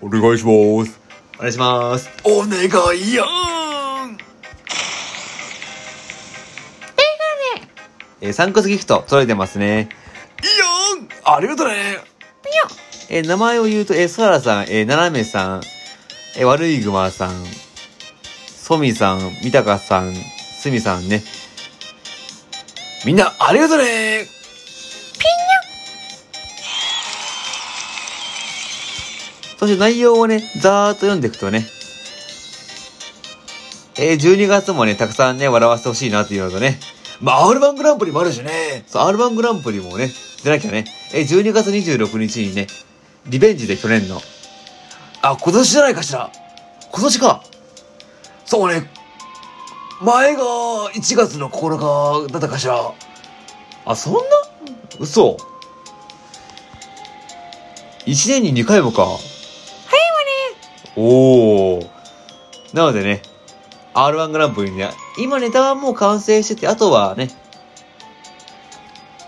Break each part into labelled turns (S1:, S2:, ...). S1: お願いします。
S2: お願いします。
S1: お願いやん
S2: えーサンクスギフト届いてますね。
S1: いいよんありがとね
S2: えー名前を言うと、えー、ソラさん、えー、ナナメさん、えー、悪いグマさん、ソミさん、ミタカさん、スミさんね。
S1: みんなありがとね
S2: そして内容をね、ざーっと読んでいくとね、えー、12月もね、たくさんね、笑わせてほしいなっていうのとね、
S1: まあ、R1 グランプリもあるしね。
S2: そう、R1 グランプリもね、出なきゃね、えー、12月26日にね、リベンジで去年の、
S1: あ、今年じゃないかしら。
S2: 今年か、
S1: そうね。前が1月の9日だったかしら。
S2: あ、そんな嘘。一年に二回もか。早いわね。おー。なのでね、R1 グランプリね、今ネタはもう完成してて、あとはね、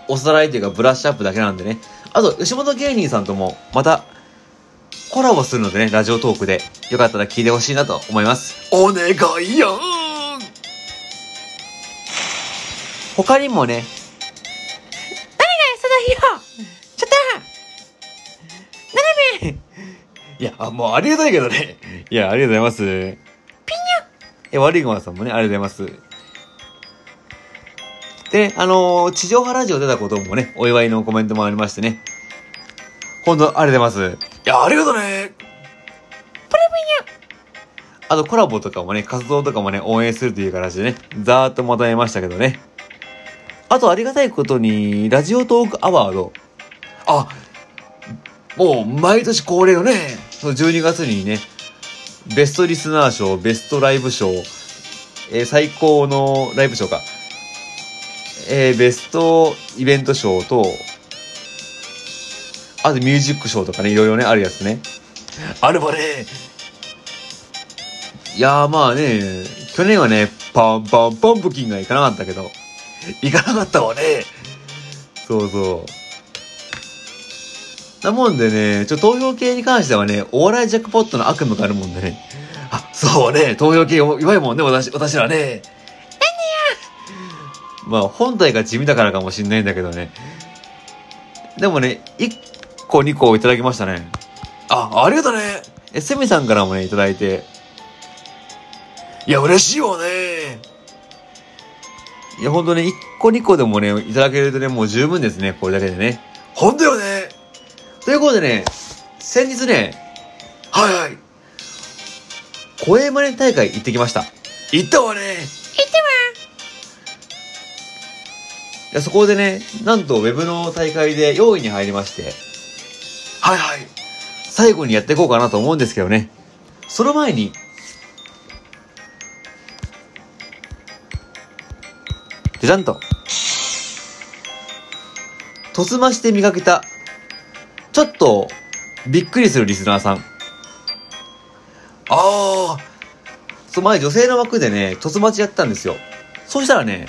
S2: おさらいというかブラッシュアップだけなんでね。あと、吉本芸人さんとも、また、コラボするのでね、ラジオトークで、よかったら聞いてほしいなと思います。
S1: お願いやん
S2: 他にもね、何がその日をちょっと斜めいや、あもうありがたいけどね。いや、ありがとうございます。ピニャえ、悪いごまさんもね、ありがとうございます。で、あのー地上波ラジオ出たこともね、お祝いのコメントもありましてね。本当ありがとうございます。
S1: いや、ありがとね
S2: あとコラボとかもね、活動とかもね、応援するという形でね、ざーっとまとめましたけどね。あとありがたいことに、ラジオトークアワード、
S1: あ、もう毎年恒例のね。
S2: その12月にね、ベストリスナー賞、ベストライブ賞、えー最高のライブ賞か、えーベストイベント賞と、あとミュージック賞とかね、いろいろね、あるやつね。
S1: あればね。
S2: いやーまあね、去年はね、パンパンパンプキンがいかなかったけど、
S1: 行かなかったわね。
S2: そうそう。なもんでね、ちょ、投票系に関してはね、お笑いジャックポットの悪夢があるもんでね、
S1: あ、そうね。投票系弱いもんね、私、私らね。
S2: まあ本体が地味だからかもしんないんだけどね。でもね、1個2個いただきましたね。
S1: あ、ありがとね。
S2: え、セミさんからもね、いただいて。
S1: いや、嬉しいわね。
S2: いや、ほんとね、1個2個でもね、いただけるとね、もう十分ですね、これだけでね。
S1: ほんとよね。
S2: ということでね、先日ね、
S1: はいはい。
S2: 声真似大会行ってきました。い
S1: 行ったわね。
S2: や、そこでね、なんとウェブの大会で4位に入りまして、
S1: はいはい。
S2: 最後にやっていこうかなと思うんですけどね。その前に、じゃじゃんと。とつまして磨けた、ちょっと、びっくりするリスナーさん。
S1: あ
S2: そう、前女性の枠でね、とつまちやったんですよ。そうしたらね、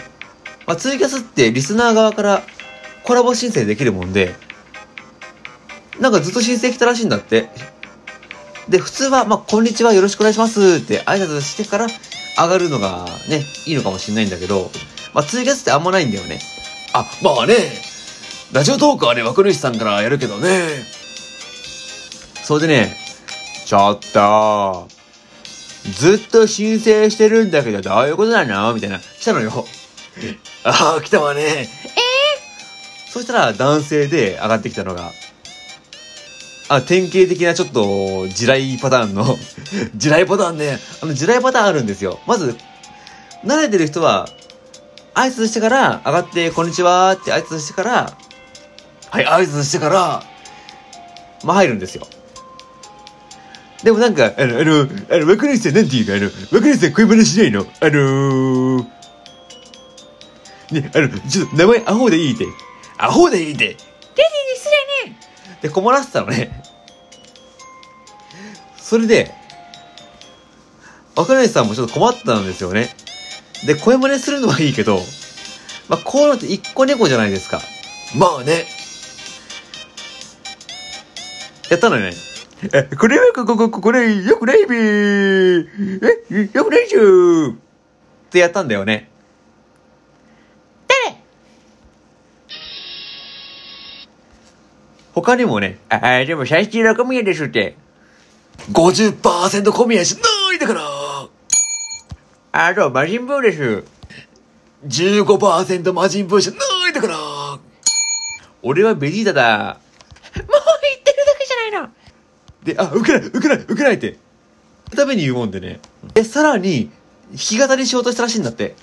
S2: まあ、ツイキャスってリスナー側からコラボ申請できるもんで、なんかずっと申請来たらしいんだって。で、普通は、まあ、こんにちは、よろしくお願いしますって挨拶してから上がるのがね、いいのかもしれないんだけど、まあ、ツイキャスってあんまないんだよね。
S1: あ。あ、まあね。ラジオトークはね、枠主さんからやるけどね。
S2: それでね、ちょっと、ずっと申請してるんだけど、どういうことなのみたいな、来たのよ。
S1: ああ、来たわね。
S2: そしたら男性で上がってきたのが、あ、典型的なちょっと、地雷パターン の、
S1: 地雷パターンね。
S2: あの、地雷パターンあるんですよ。まず、慣れてる人は、挨拶してから、上がって、こんにちはって挨拶してから、
S1: はい、挨拶してから、
S2: まあ入るんですよ。でもなんか、あの、あの、あの、若林さんなんていうか、あの、若林さん恋バナしないのあのー、ね、あの、ちょっと名前アホでいいって。
S1: アホでいいって。
S2: で、困らせたのね。それで、若林さんもちょっと困ったんですよね。で、声真似するのはいいけど、まあ、こういうのって一個猫じゃないですか。
S1: まあね。
S2: やったのよね。え、これは、こ、こ、こ、これ、よくないべえ、よくないじゃんってやったんだよね。他にもね、あ、あでも最近の小宮ですって。
S1: 50%込みやしないだから
S2: あと、魔人ブーです。
S1: 15%魔人ブーじゃないだから
S2: 俺はベジータだ。
S3: もう言ってるだけじゃないの
S2: で、あ、ウクライナ、ウクライナ、ウクライナって。ために言うもんでね。え、さらに、弾き語りしようとしたらしいんだって。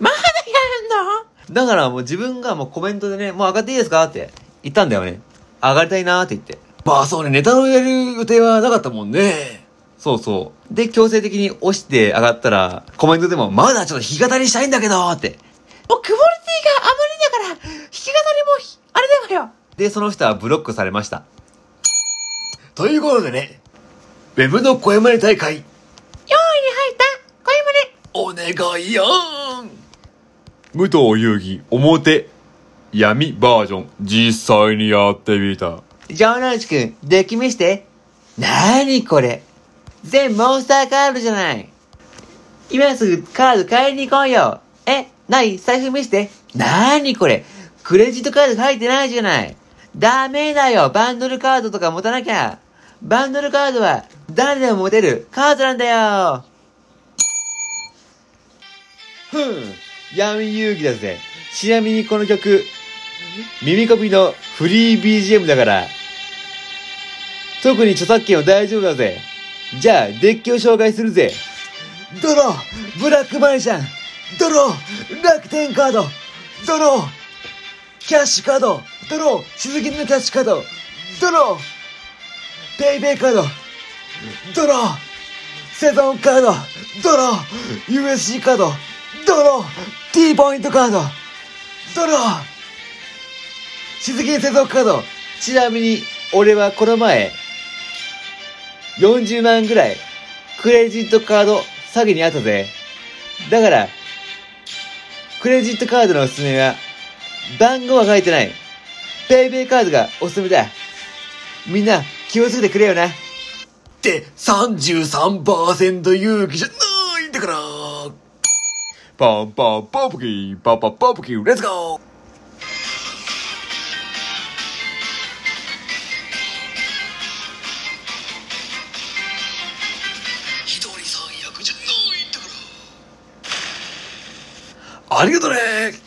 S3: まだやるの
S2: だからもう自分がもうコメントでね、もう上がっていいですかって言ったんだよね。上がりたいなーって言って。
S1: まあそうねネタをやる予定はなかったもんね
S2: そうそう。で、強制的に押して上がったら、コメントでも、まだちょっと弾き語りしたいんだけどーって。
S3: おクオリティがあまりだから、弾き語りもひ、あれだわよ。
S2: で、その人はブロックされました。
S1: ということでねウェブの声真似大会
S3: 用意に入った、これもね。
S1: お願いやん
S2: 武藤遊戯、表、闇バージョン、実際にやってみた。ジャーナルチ君、出来見して。なーにこれ。全モンスターカードじゃない。今すぐカード買いに行こうよ。え、ない財布見して。なーにこれ。クレジットカード書いてないじゃない。ダメだよ。バンドルカードとか持たなきゃ。バンドルカードは誰でも持てるカードなんだよ。ふん。闇遊戯だぜ。ちなみにこの曲、耳コピのフリー BGM だから。特に著作権は大丈夫だぜ。じゃあ、デッキを紹介するぜ。
S1: ドローブラックマネちゃんドロー楽天カードドローキャッシュカードドロー鈴木のキャッシュカードドローペイペイカードドローセゾンカードドロー USC カードドロー T ポイントカードドロー鈴木セゾンカード
S2: ちなみに、俺はこの前、40万ぐらい、クレジットカード詐欺にあったぜ。だから、クレジットカードのおすすめは、番号は書いてない。ペイペイカードがおすすめだ。みんな、気をつけてくれよな。
S1: って33%勇気じゃないんだから
S2: パンパンパンプキー、パンパンパンプキー、レッ
S1: レッ
S2: ツ
S1: ツゴー一人三役じゃないんだからありがとね